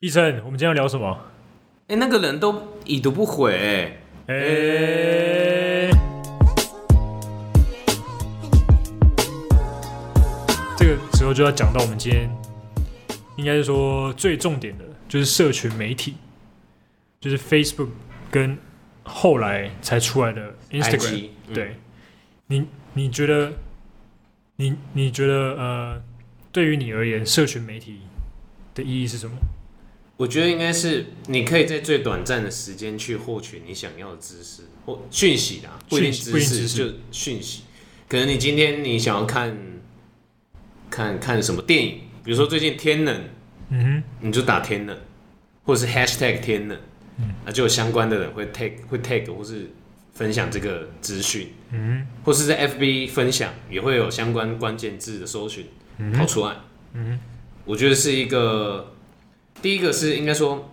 医生，我们今天要聊什么？哎、那个人都已读不回、欸，哎、这个时候就要讲到我们今天，应该是说最重点的就是社群媒体，就是 Facebook 跟后来才出来的 Instagram。 IG 嗯对，你你觉得，你你觉得呃，对于你而言，社群媒体的意义是什么？我觉得应该是你可以在最短暂的时间去获取你想要的知识或讯息啦，不一定讯息不一知定识知识就讯息。可能你今天你想要看看看什么电影，比如说最近天冷，嗯你就打天冷，或者是 hashtag 天冷，那就有相关的人会 take 会 take 或是分享这个资讯，哼，嗯或是在 FB 分享也会有相关关键字的搜寻跑出来。嗯我觉得是一个，第一个是应该说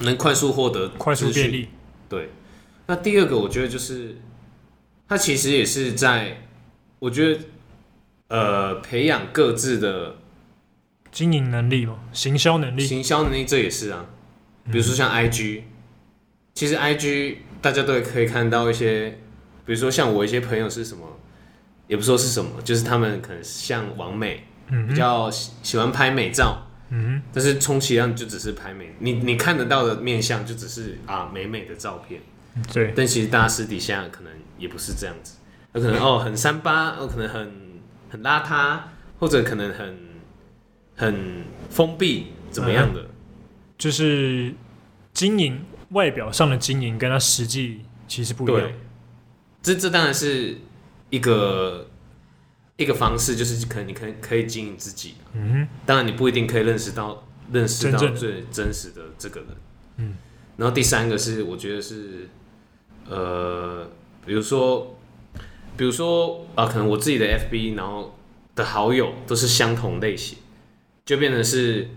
能快速获得哼，快速资讯便，利，对。那第二个我觉得就是，它其实也是在，我觉得呃培养各自的经营能力嘛，行销能力，行销能力，这也是啊。比如说像 IG，其实 IG 大家都可以看到一些，比如说像我一些朋友是什么，也不说是什么，就是他们可能像王美，嗯比哼，较喜喜欢拍美照，嗯但是充其量就只是拍美，你你看得到的面相就只是啊美美的照片，哼，对，但其实大家私底下可能也不是这样子，有可能哦很三八，有可能很很邋遢，或者可能很很封闭怎么样的，就是经营外表上的经营，跟他实际其实不一样对。，这这当然是一个一个方式，就是可能你可以可以经营自己，啊嗯当然你不一定可以认识到认识到真正的最真实的这个人。嗯，然后第三个是我觉得是，呃，比如说，比如说啊，可能我自己的 FB，然后的好友都是相同类型，就变成是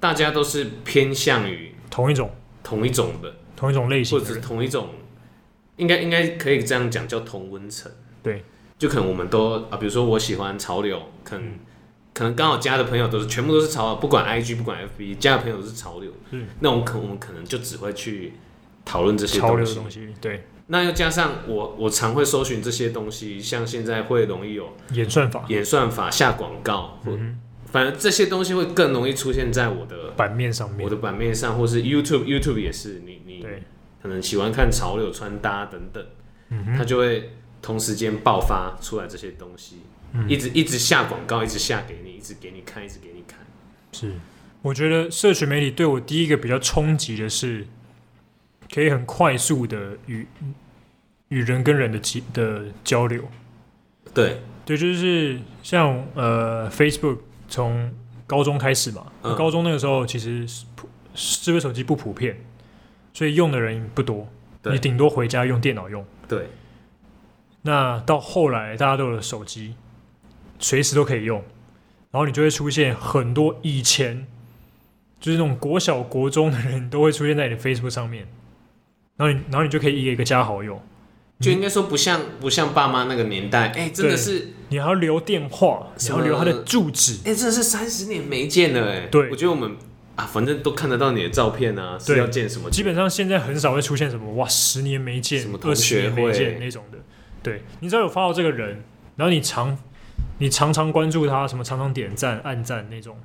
大家都是偏向于哼，同一种同一种的，同一种类型或的者是人，同一种，应该应该可以这样讲，叫同温层。对，就可能我们都啊，比如说我喜欢潮流，可能、嗯可能刚好加的朋友都是全部都是潮流，不管 IG 不管 FB 加的朋友都是潮流，是那我们可我们可能就只会去讨论这些潮东流的西。东西，对，那又加上我我常会搜寻这些东西，像现在会容易有演算法，演算法下广告，或、啊嗯反正这些东西会更容易出现在我的哼，版面上面我，的版面上，或是 YouTube YouTube 也是你你对，可能喜欢看潮流穿搭等等，嗯它哼，就会同时间爆发出来这些东西，嗯一直一直下广告，一直下给你，一直给你看，一直给你看。是。我觉得社群媒体对我第一个比较冲击的是，可以很快速的与与人跟人的交的交流。对，对，就是像呃，Facebook 从高中开始嘛，嗯高中那个时候其实是普智慧手机不普遍，所以用的人不多，对你顶多回家用电脑用。对，那到后来大家都有了手机，随时都可以用，然后你就会出现很多以前就是那种国小国中的人都会出现在你的 Facebook 上面，然后你然后你就可以一个一个加好友，就应该说不像不像爸妈那个年代，哎、真的是，你还要留电话，你什还么要留他的住址，哎、真的是三十年没见了、哎，对我觉得我们啊，反正都看得到你的照片啊，是对要见什么？基本上现在很少会出现什么哇，十年没见什么，同二十学年会没见那种的。对，你只要有发到这个人，然后你常你常常关注他，什么常常点赞、按赞那种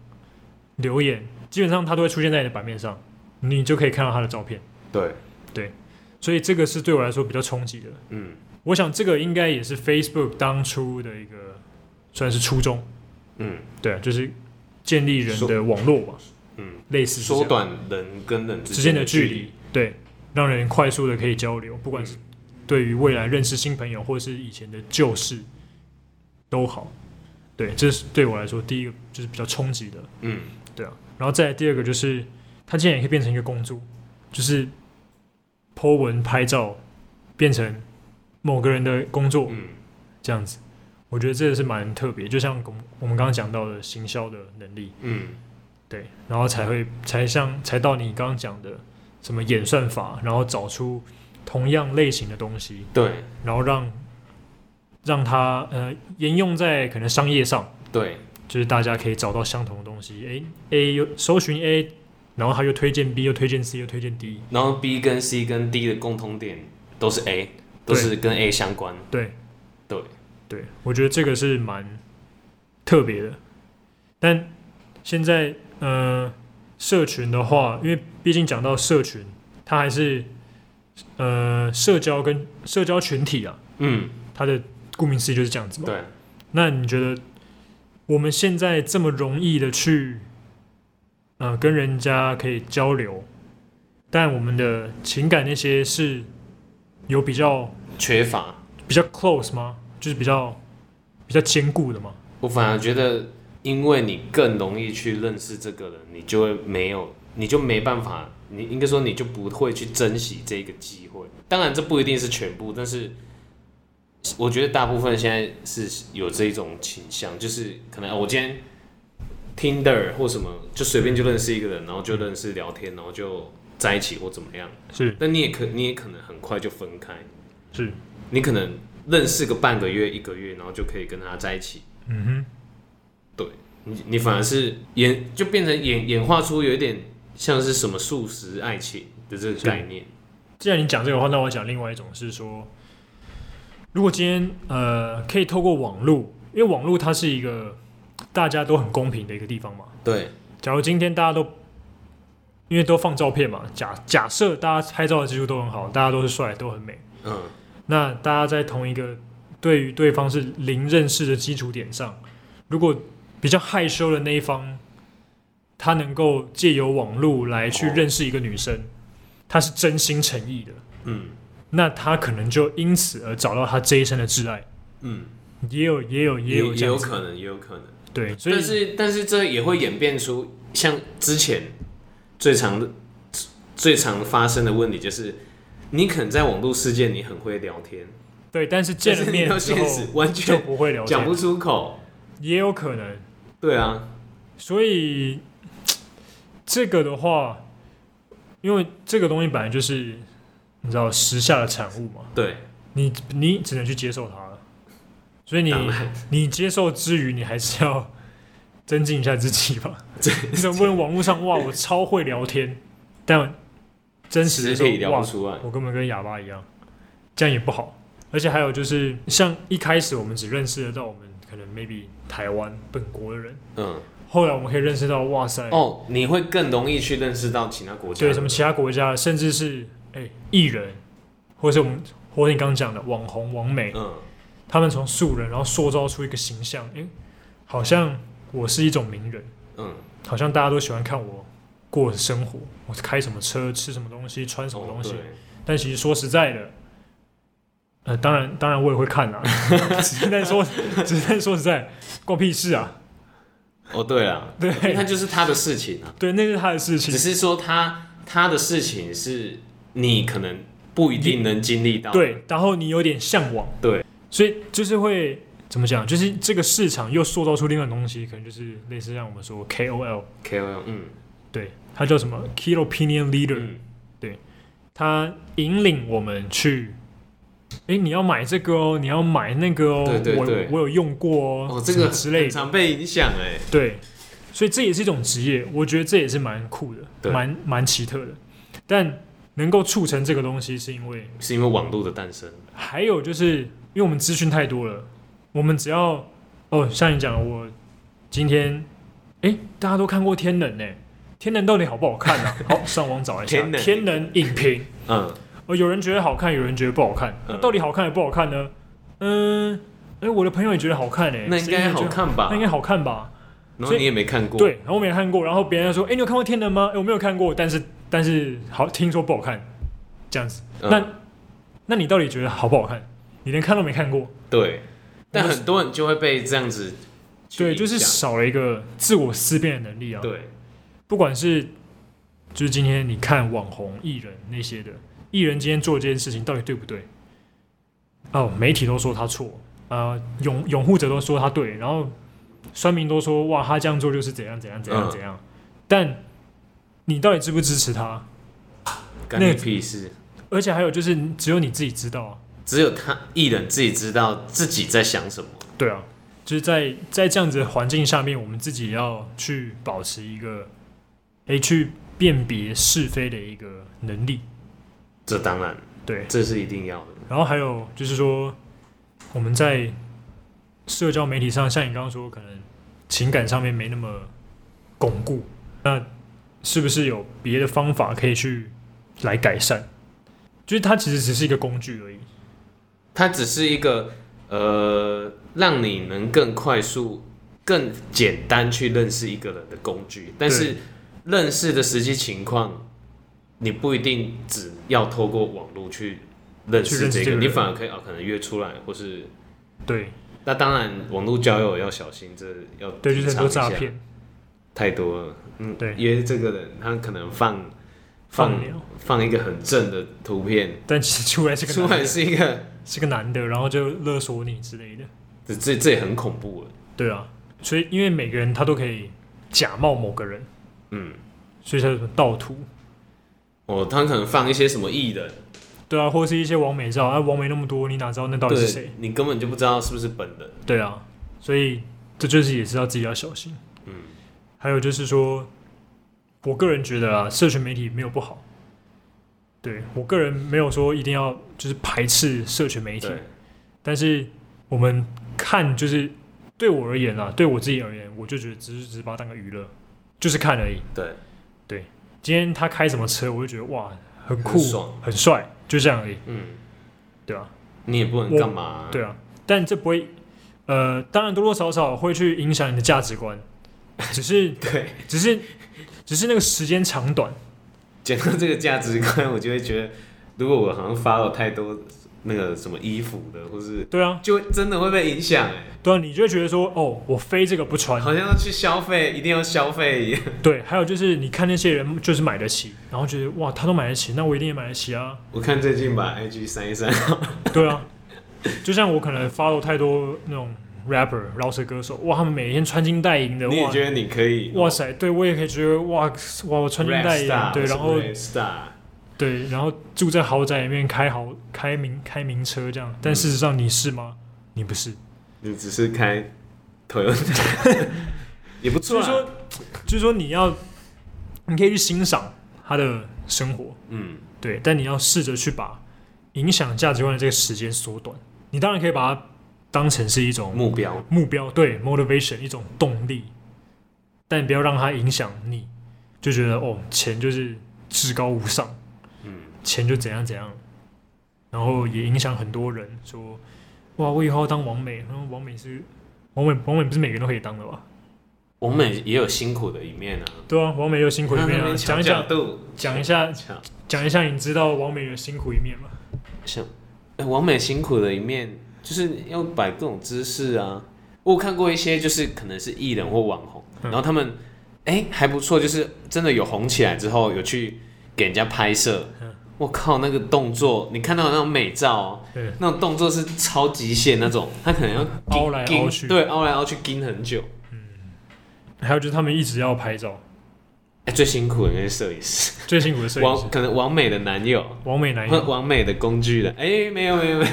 留言，基本上他都会出现在你的版面上，你就可以看到他的照片。对，所以这个是对我来说比较冲击的。嗯我想这个应该也是 Facebook 当初的一个算是初衷，嗯对，啊就是建立人的网络嘛，嗯，类似是这缩样短人跟人之之间间的距离，对，让人快速的可以交流，不管是对于未来认识新朋友，或是以前的旧事都好。对，这是对我来说第一个就是比较冲击的，嗯，对啊。然后再来第二个就是，它竟然也可以变成一个工作，就是剖文拍照变成某个人的工作，嗯，这样子，我觉得这个是蛮特别。就像我们我们刚刚讲到的行销的能力，嗯，对，然后才会才像才到你刚刚讲的什么演算法，然后找出同样类型的东西，对然后让让它呃沿用在可能商业上，对就是大家可以找到相同的东西。诶 A 有搜寻 A 然后他又推荐 B，又推荐 C，又推荐 D，然后 B 跟 C 跟 D 的共通点都是 A，都是跟 A 相关。对，对，对，我觉得这个是蛮特别的。但现在，呃，社群的话，因为毕竟讲到社群，它还是呃社交跟社交群体啊，嗯，它的顾名思义就是这样子嘛。对，那你觉得我们现在这么容易的去，呃，跟人家可以交流，但我们的情感那些是有比较缺乏。比较 close 吗？就是比较比较坚固的吗？我反而觉得，因为你更容易去认识这个人，你就会没有，你就没办法，你应该说你就不会去珍惜这个机会。当然，这不一定是全部，但是我觉得大部分现在是有这一种倾向，就是可能、哦我今天 Tinder 或什么，就随便就认识一个人，然后就认识聊天，然后就在一起或怎么样。是那你也可你也可能很快就分开，是，你可能认识个半个月、一个月，然后就可以跟他在一起。嗯哼，你你反而是演就变成演演化出有一点像是什么素食爱情的这个概念，既然你讲这个的话，那我讲另外一种是说，如果今天呃可以透过网络，因为网络它是一个大家都很公平的一个地方嘛。对假如今天大家都因为都放照片嘛，假假设大家拍照的技术都很好，大家都是帅，都很美，嗯，那大家在同一个对于对方是零认识的基础点上，如果比较害羞的那一方，他能够借由网络来去哦认识一个女生，他是真心诚意的，嗯那他可能就因此而找到他这一生的挚爱，嗯，也有也有也也有也这样有子可能，也有可能，对，所以但是但是这也会演变出像之前最常的最常发生的问题就是，你可能在网络世界你很会聊天，对，但是见但了是你面到之现实后完就全不会聊讲天不，出口，也有可能。对啊，所以这个的话，因为这个东西本来就是你知道时下的产物嘛，对，你你只能去接受它了。所以你当然你接受之余，你还是要增进一下自己 吧。你怎么不能网络上哇，我超会聊天，但真实实的时候体聊哇不，出来，我根本跟哑巴一样，这样也不好。而且还有就是，像一开始我们只认识得到我们可能 maybe 台湾本国的人，嗯，后来我们可以认识到，哇塞，哦，你会更容易去认识到其他国家，对什么其他国家，甚至是哎艺、人，或者是我们或者你刚刚讲的网红、网美，嗯。他们从素人然后塑造出一个形象，哎、好像我是一种名人，嗯好像大家都喜欢看我过的生活，我开什么车，吃什么东西，穿什么东西。哦但其实说实在的，呃，当然当然我也会看啦，啊 只是在说只是在说实在，关我屁事啊！对哦，对啊，对因为他就是他的事情啊，对，那是他的事情只。是说他他的事情是你可能不一定能经历到。对，然后你有点向往，对，所以就是会怎么讲？就是这个市场又塑造出另外一种东西，可能就是类似像我们说 KOL， ，KOL，嗯对，它叫什么 Key Opinion Leader，、嗯，它引领我们去，诶，你要买这个哦，你要买那个哦，对对对我我有用过哦，哦，这什个么之类很的，常被影响哎，对，所以这也是一种职业，我觉得这也是蛮酷的，对蛮蛮奇特的，但能够促成这个东西，是因为是因为网络的诞生。还有就是，因为我们资讯太多了，我们只要哦，像你讲的，我今天哎、诶大家都看过《天能》呢，《天能》到底好不好看 啊？好，上网找一下天能《天能》影评。嗯，哦，有人觉得好看，有人觉得不好看，那嗯到底好看还不好看呢？嗯，哎、我的朋友也觉得好看哎、那应谁该也觉好得，看吧那？应该好看吧？然所后以你也没看过，对，，然后我没看过，然后别人说，哎、你有看过《天能》吗？诶我没有看过，但是但是好，听说不好看，这样子。那嗯，那你到底觉得好不好看？你连看都没看过，对，但很多人就会被这样子去对，影就是响少了一个自我思辨的能力啊。，对，不管是就是今天你看网红艺人那些的，艺人今天做这件事情到底对不对？哦，媒体都说他错，呃，拥拥护者都说他对，然后酸民都说哇，他这样做就是怎样怎样怎样嗯怎样。但你到底支不支持他？干那你屁事。而且还有就是，只有你自己知道啊。只有他艺人自己知道自己在想什么。对啊，就是在在这样子的环境下面，我们自己要去保持一个，诶，去辨别是非的一个能力。这当然，对，这是一定要的。然后还有就是说，我们在社交媒体上，像你刚刚说，可能情感上面没那么巩固，那是不是有别的方法可以去来改善？就是它其实只是一个工具而已。它只是一个呃，让你能更快速、更简单去认识一个人的工具，但是认识的实际情况，你不一定只要透过网络去认去识认识这这个，个你人反而可以啊，可能约出来，或是对那当然网络交友要小心，这要对，就是很多提倡诈一下骗。太多了，嗯，对约这个人他可能放放放鸟放一个很正的图片，但其实出来是个出男来的，是一个，是个男的，然后就勒索你之类的。这这这也很恐怖了，对啊，所以因为每个人他都可以假冒某个人，嗯。所以才有什么盗图。哦，他可能放一些什么艺人，对啊，或是一些网美照，啊，网美那么多，你哪知道那到底是谁对？你根本就不知道是不是本人。对啊，所以这就是也是要自己要小心。嗯，还有就是说，我个人觉得啊，社群媒体没有不好。对我个人没有说一定要就是排斥社群媒体，对，但是我们看就是对我而言啊，对我自己而言，我就觉得只是只是把它当个娱乐，就是看而已。对，今天他开什么车，我就觉得哇，很酷，很爽很帅，就这样而已，嗯，对啊，你也不能我干嘛、对啊。但这不会，呃，当然多多少少会去影响你的价值 观，只是对，只是只是那个时间长短，讲到这个价值观，我就会觉得，如果我好像发了太多那个什么衣服的，或是对啊，就真的会被影响哎、对啊，你就会觉得说，哦，我非这个不穿，好像要去消费，一定要消费一 样。对。还有就是你看那些人就是买得起，然后觉得哇，他都买得起，那我一定也买得起啊，我看最近把 IG 删一删，对啊。就像我可能 follow 太多那种 rapper 饶舌歌手，哇，他们每天穿金戴银的，你也哇，觉得你可以？哇塞，对我也可以觉得哇哇，我穿金 rap 戴银， star，对，然后 rap star，对，然后住在豪宅里面开豪开名开名车这样，但事实上你是吗？你不是，你只是开 Toyota，也 不所错、以说啊。就是说你要你可以去欣赏他的生活，嗯，对，但你要试着去把影响价值观的这个时间缩短。你当然可以把它当成是一种嗯目标目标，对，motivation 一种动力，但不要让它影响你，就觉得哦，钱就是至高无上。嗯，钱就怎样怎样，然后也影响很多人说，哇，我以后要当王美，然后王美是王美，王美不是每个人都可以当的吧？我们也有辛苦的一面啊。对啊，王美有辛苦一面啊，讲一讲，度，讲一下，讲讲一下，你知道王美的辛苦一面吗？像，哎、王美辛苦的一面就是要摆各种姿势啊。我有看过一些就是可能是艺人或网红，嗯然后他们哎、还不错，就是真的有红起来之后有去给人家拍摄嗯。我靠，那个动作，你看到那种美照、哦，对，那种动作是超极限那种，他可能要凹来盯凹去对，凹来凹去盯很久。还有就是他们一直要拍照，哎、最辛苦的应该是摄影师， 最辛苦哎的摄影师王，可能王美的男友，王美 男或友王美的工具人。哎、没有没有没有，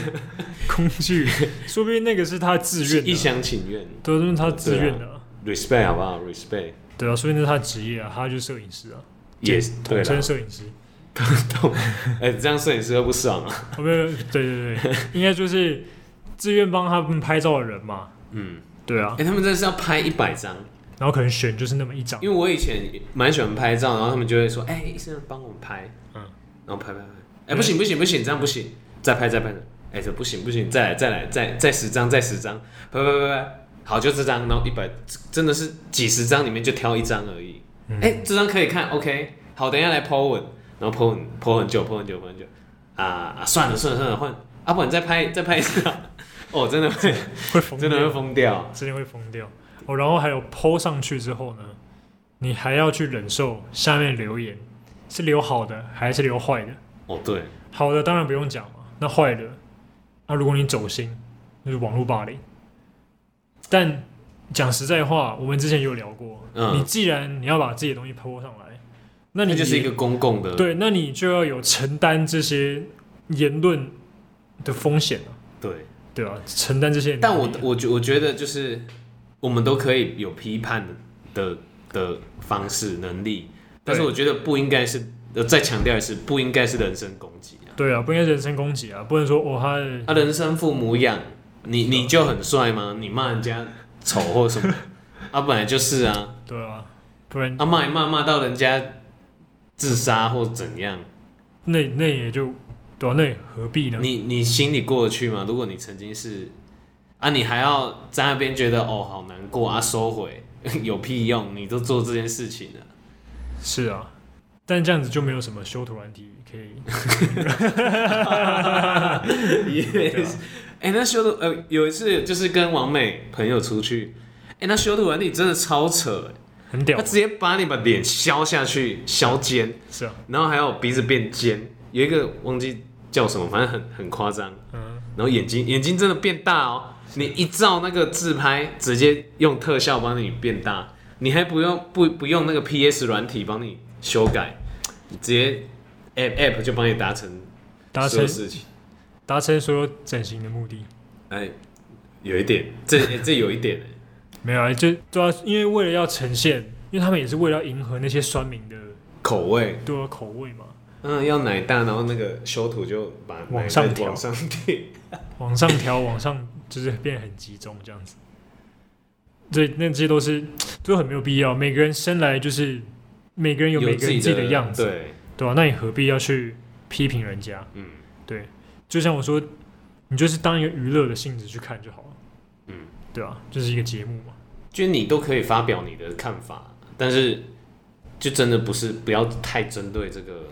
工具，说不定那个是他自愿 的一啊，厢情愿都是他自愿的啊， ，respect 好不好？respect 对啊，说不定那是他的职业啊，他就是摄影师啊，也对统称了，摄影师。哎，这样摄影师会不爽啊？哦，没有，没有对对 对，应该就是自愿帮他们拍照的人嘛。嗯，对啊哎，，他们真的是要拍一百张，然后可能选就是那么一张，因为我以前也蛮喜欢拍照，然后他们就会说，哎，医生帮我们拍，嗯嗯，然后拍拍拍，哎，不行不行不行，这样不行，再拍再拍，哎，这不行不行，再来再来再再十张再十张，拍拍拍拍，好就这张，然后一百真的是几十张里面就挑一张而已，嗯哎，这张可以看，OK，好，等一下来 po 文，然后 po 文 po 很久，po 很久，po 很久，啊啊，算了算了算了，换，啊不然再拍再拍一次啊， 哦，真的会会疯掉，真的会疯掉，真的会疯掉。哦，然后还有 PO 上去之后呢，你还要去忍受下面留言是留好的还是留坏的。哦对，好的当然不用讲嘛，那坏的，那如果你走心，那就是网络霸凌。但讲实在话，我们之前也有聊过，嗯你既然你要把自己的东西 PO 上来，那你那就是也一个公共的，对，那你就要有承担这些言论的风险啊，对。对吧、承担这些能力啊、但我我觉我觉得就是我们都可以有批判的的的方式能力，但是我觉得不应该是，呃，再强调一次，不应该是人身攻击啊。对啊，不应该人身攻击啊，不能说哦他的啊，人生父母养，你你就很帅吗？你骂人家丑或什 么？啊，本来就是啊，对啊，不然啊骂一骂骂到人家自杀或怎样，那那也就对啊，那也何必呢？你你心里过得去吗？如果你曾经是啊，你还要在那边觉得哦好难过啊，收回 有屁用？你都做这件事情了， 是啊，但这样子就没有什么修图软体可以。啊也是哎、那修的呃有一次就是跟王美朋友出去，哎、那修的完你真的超扯、欸很屌他，直接把你把脸削下去，削尖，是啊，然后还有鼻子变尖，有一个忘记叫什么，反正很很夸张。嗯，然后眼睛眼睛真的变大哦，你一照那个自拍，直接用特效帮你变大，你还不用不不用那个 PS 软体帮你修改，你直接 App App 就帮你达成达所有成事情。达成所有整形的目的。哎，有一点，这这有一点，没有啊，就对啊，因为为了要呈现，因为他们也是为了要迎合那些酸民的口味。对啊口味嘛，嗯，要奶大，然后那个修图就把奶往上再调往上 贴。往上调，往上就是变得很集中这样子。对，那这些都是都很没有必要。每个人生来就是每个人有每个人自己的样子，对，对吧、啊？那你何必要去批评人家？嗯对，就像我说，你就是当一个娱乐的性质去看就好了，嗯，对啊，就是一个节目嘛。就你都可以发表你的看法，但是就真的不是不要太针对这个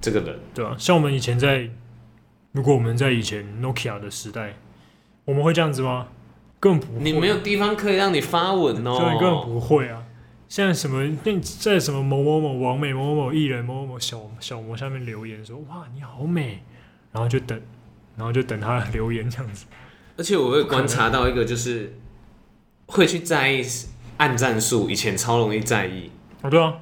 这个人，对啊，像我们以前在，如果我们在以前 Nokia 的时代，我们会这样子吗？根本不会，你没有地方可以让你发文对，根本哦。不会啊。现在什么那在什么某某某王美某某某艺人某某某小小模下面留言说哇你好美，然后就等，然后就等他留言这样子。而且我会观察到一个，就是会去在意按赞数，以前超容易在意，哦对啊，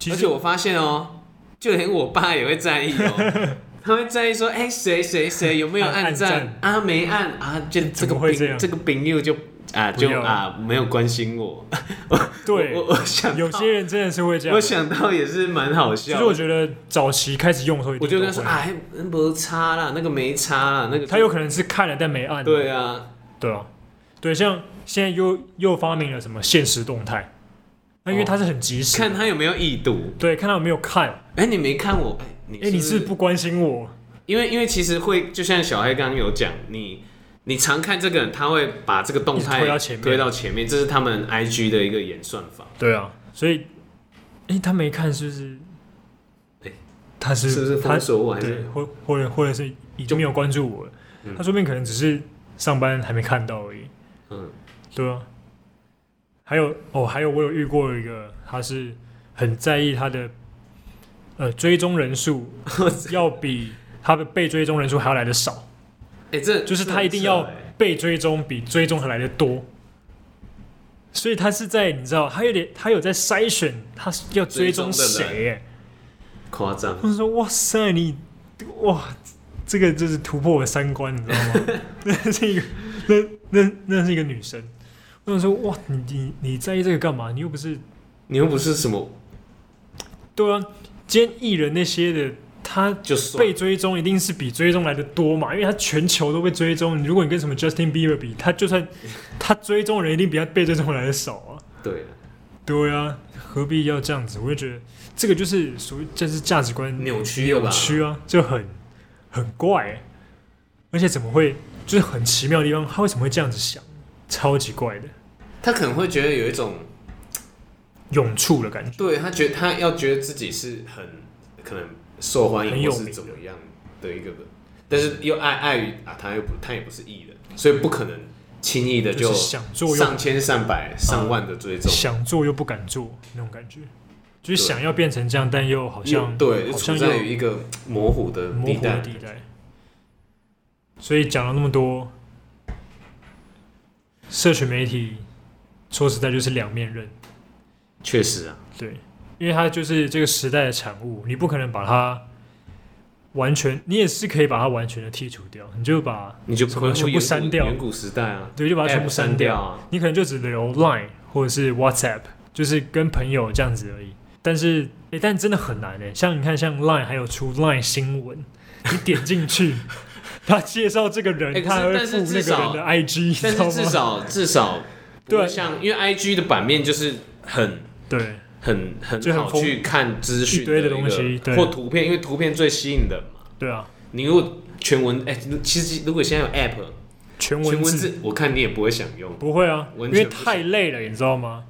其而且实我发现哦，就连我爸也会在意 哦。他会在意说，哎、谁谁谁有没有按按赞啊？没按啊，就这怎个么会这朋样这个朋友就啊不就要啊没有关心我。对我，我我想 到有些人真的是会这样我。想到也是蛮好其笑实的。我觉得早期开始用的时候一我定就都会，跟他说，哎，没差啦，那个没差啦，那个他有可能是看了但没按。对啊，对啊，对，像现在又又发明了什么现实动态，那因为哦它是很及时，看他有没有意读。对，看到有没有看，哎，你没看我，哎，你哎、你是不不关心我，因为因为其实会，就像小黑刚刚有讲，你你常看这个人，他会把这个动一态直推到前面推到前面，这是他们 IG 的一个演算法，对啊，所以，哎、他没看是不是？哎他是是不是他封锁我还对，是？或或者或者是已就经没有关注我了，嗯他说不定可能只是上班还没看到而已，嗯，对啊。还有哦，还有我有遇过一个，他是很在意他的呃追踪人 数要比他的被追踪人数还要来的少。哎，这就是这他一定这要哎被追踪比追踪还来的多，所以他是在你知道，他有点他有在筛选他要追踪追踪谁，哎夸张，我说哇塞，你哇，这个就是突破我的三观，你知道 吗？那是一个那那那是一个女生，我想说哇，你你你在意这个干嘛？你又不是你又不是什么对啊，今天艺人那些的他就算被追踪一定是比追踪来的多嘛，因为他全球都被追踪。如果你跟什么 Justin Bieber 比，他就算他追踪的人一定比他被追踪来的少啊。对了对啊，何必要这样子？我就觉得这个就是属于这是价值观扭曲了吧？扭曲啊，就很很怪欸、而且怎么会就是很奇妙的地方，他为什么会这样子想？超级怪的，他可能会觉得有一种涌处的感觉。对他觉得他要觉得自己是很可能受欢很迎有或是名怎么样的一个人，但是又碍碍于啊，他又不他也不是艺人，所以不可能轻易的就是想做又嗯上千上百上万的追踪，想做又不敢做那种感觉，就是对想要变成这样，但又好又像对，好处像在又于一个模糊的模地糊的带。地带。所以讲了那么多，社群媒体说实在就是两面刃，确实啊，对，因为它就是这个时代的产物，你不可能把它完全，你也是可以把它完全的剔除掉，你就把你就什不么会全部删掉远古时代啊，对，就把它全 App 部删掉， 啊。你可能就只留 Line 或者是 WhatsApp，就是跟朋友这样子而已。但是诶、但真的很难诶、欸像你看，像 Line 还有出 Line 新闻，你点进 去，他介绍这个人，诶可是他还会但附是那个至少人的 IG，你但知道是吗？至少至少不对会像，因为 I G 的版面就是很对很很就很好丰去看资讯一堆的一个东西对或图片，因为图片最吸引人嘛。对啊，你如果全文，哎、其实如果现在有 App 全全文文字字，我看你也不会想用，不会啊，因完为全不行太累了，你知道吗？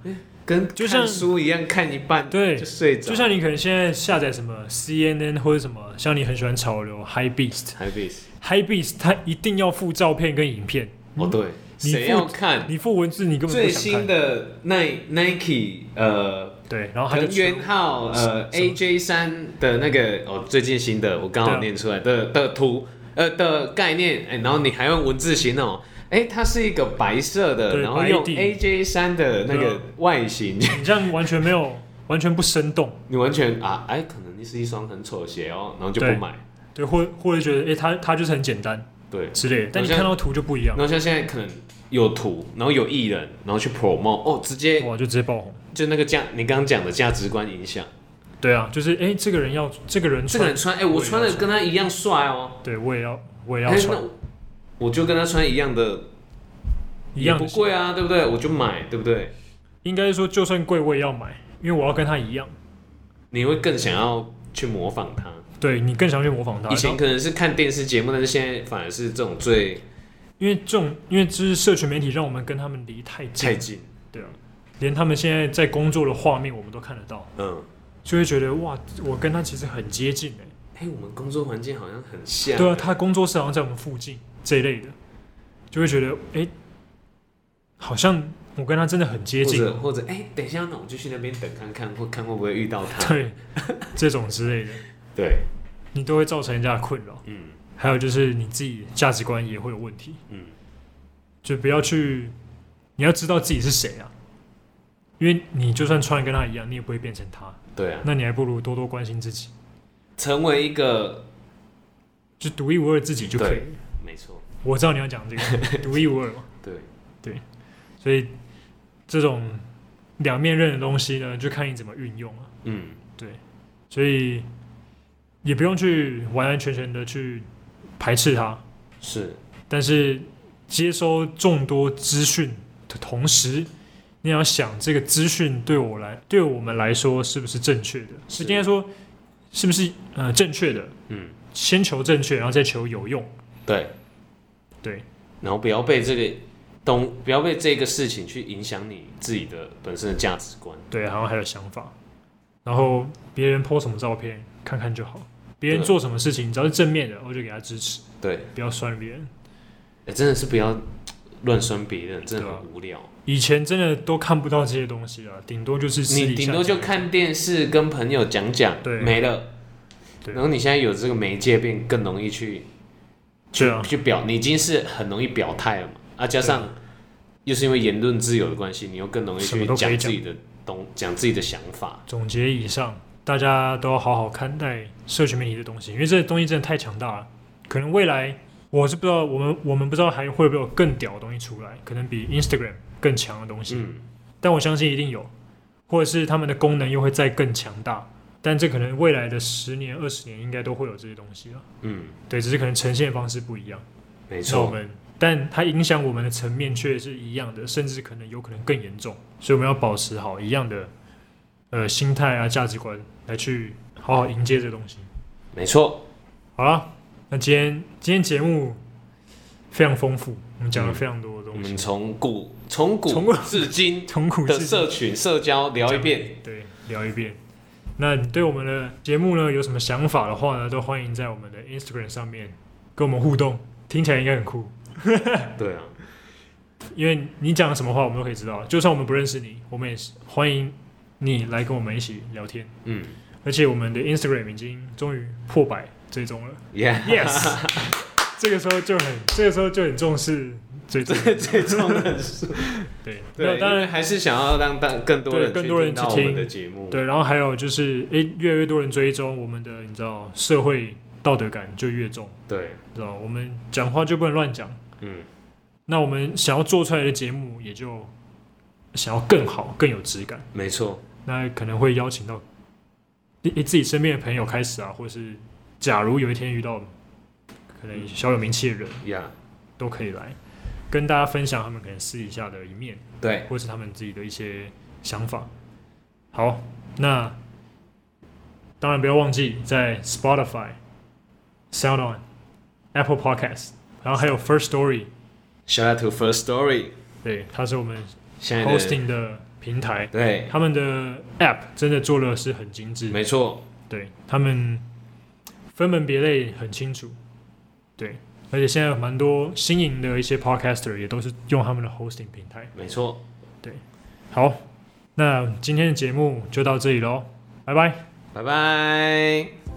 跟就像看书一样，看一半对就睡着。就像你可能现在下载什么 CNN 或者什么，像你很喜欢潮流 High Beast。台北市 High Beast 它一定要附照片跟影片，哦对，嗯你谁附要看你附文字你根本最不想新看。的奈 Nike 呃对，然后哦它就藤出原浩呃什么 AJ 三的那个哦，最近新的我刚对好啊念出来的的图呃的概念，哎、然后你还用文字形容，哎、它是一个白色的，对然后用白底 AJ 三的那对啊个外形， 你这样完全没有，完全不生动。你完全啊，哎、可能是一双很丑的鞋哦，然后就不对买，对，或或者觉得，诶，它它就是很简单对。之类的，但你好像看到图就不一样然，后像现在可能有图，然后有艺人，然后去 promote，哦，直接哇，就直接爆红。就那个价，你刚刚讲的价值观影响，对啊，就是诶，这个人要，这个人这个穿人，穿，哎、我穿的跟他一样帅哦，对我也要，我也哎要，穿那，我就跟他穿一样的一样也的不。贵啊，对不对？我就买，对不对？应该说，就算贵我也要买，因为我要跟他一样。你会更想要去模仿他。对啊你更想去模仿他。以前可能是看电视节目，但是现在反而是这种最因为这种，因为这是社群媒体让我们跟他们离太太近，近。对啊，连他们现在在工作的画面我们都看得到，嗯，就会觉得哇，我跟他其实很接近哎、哎、我们工作环境好像很像。对啊，他工作室好像在我们附近这一类的，就会觉得哎、诶好像我跟他真的很接或近者哦，或者哎、等一下，那我就去那边等看看，或看会不会遇到他。对，这种之类的，对，你都会造成人家的困扰。嗯还有就是你自己价值观也会有问题，嗯，就不要去，你要知道自己是谁啊，因为你就算穿得跟他一样，你也不会变成他，对啊，那你还不如多多关心自己，成为一个就独一无二自己就可以对了。没错，我知道你要讲这 个独一无二嘛，对，所以这种两面刃的东西呢，就看你怎么运用啊。嗯，所以也不用去完完全全的去排斥它，是但是接收众多资讯的同时，你也要想这个资讯对我来对我们来说是不是正确的？是是应该说是不是呃正确的？嗯，先求正确，然后再求有用。对，对，然后不要被这个东，不要被这个事情去影响你自己的本身的价值观。对，然后还有想法，然后别人 po 什么照片看看就好，别人对做什么事情只要是正面的，我就给他支持，对，不要酸别人。欸，真的是不要乱酸别人，真的对啊很无聊。以前真的都看不到这些东西啊，顶多就是私你底下顶多就看电视，跟朋友讲讲，对没了。对然后你现在有这个媒介，便更容易去对啊，去表，你已经是很容易表态了嘛。啊，加上又是因为言论自由的关系，你又更容易什去么都可以自己的东，讲自己的想法。总结以上，大家都要好好看待社群媒体的东西，因为这东西真的太强大了。可能未来我是不知道，我们我们不知道还会不会有更屌的东西出来，可能比 Instagram 更强的东西，嗯，但我相信一定有，或者是他们的功能又会再更强大。但这可能未来的十年、二十年应该都会有这些东西了。嗯，对，只是可能呈现方式不一样。没那我错，们，但它影响我们的层面却是一样的，甚至可能有可能更严重，所以我们要保持好一样的呃心态啊、价值观来去好好迎接这东西。没错。好了，那今天今天节目非常丰富，我们讲了嗯非常多的我东西们，从古从从古 古至今从苦的至社群社交聊一遍，对聊一遍。那你对我们的节目呢有什么想法的话呢，都欢迎在我们的 Instagram 上面跟我们互动，听起来应该很酷。对啊，因为你讲什么话，我们都可以知道。就算我们不认识你，我们也是欢迎你来跟我们一起聊天。嗯而且我们的 Instagram 已经终于破百追踪了，Yeah， ，Yes！这 个时候就很，这个时候就很重视追踪。这 最重要的是。 对，那对，当当然然还是想要让大更多对人更去多人听去到我们听的节目。对，然后还有就是，诶，越来越多人追踪，我们的你知道社会道德感就越重，对，知道我们讲话就不能乱讲。嗯，那我们想要做出来的节目，也就想要更好、更有质感。没错，那可能会邀请到你你自己身边的朋友开始啊，或是假如有一天遇到可能小有名气的人，呀、都可以来跟大家分享他们可能私底下的一面，对，或是他们自己的一些想法。好，那当然不要忘记在 Spotify、Sound On、Apple Podcast，然后还有 First Story， Shout out to First Story，对，它是我们现在的 hosting 的平台，对，他们的 App 真的做的是很精致，没错，对他们分门别类很清楚，对，而且现在有蛮多新颖的一些 podcaster 也都是用他们的 hosting 平台。没错，好，那今天的节目就到这里喽，拜拜。拜拜。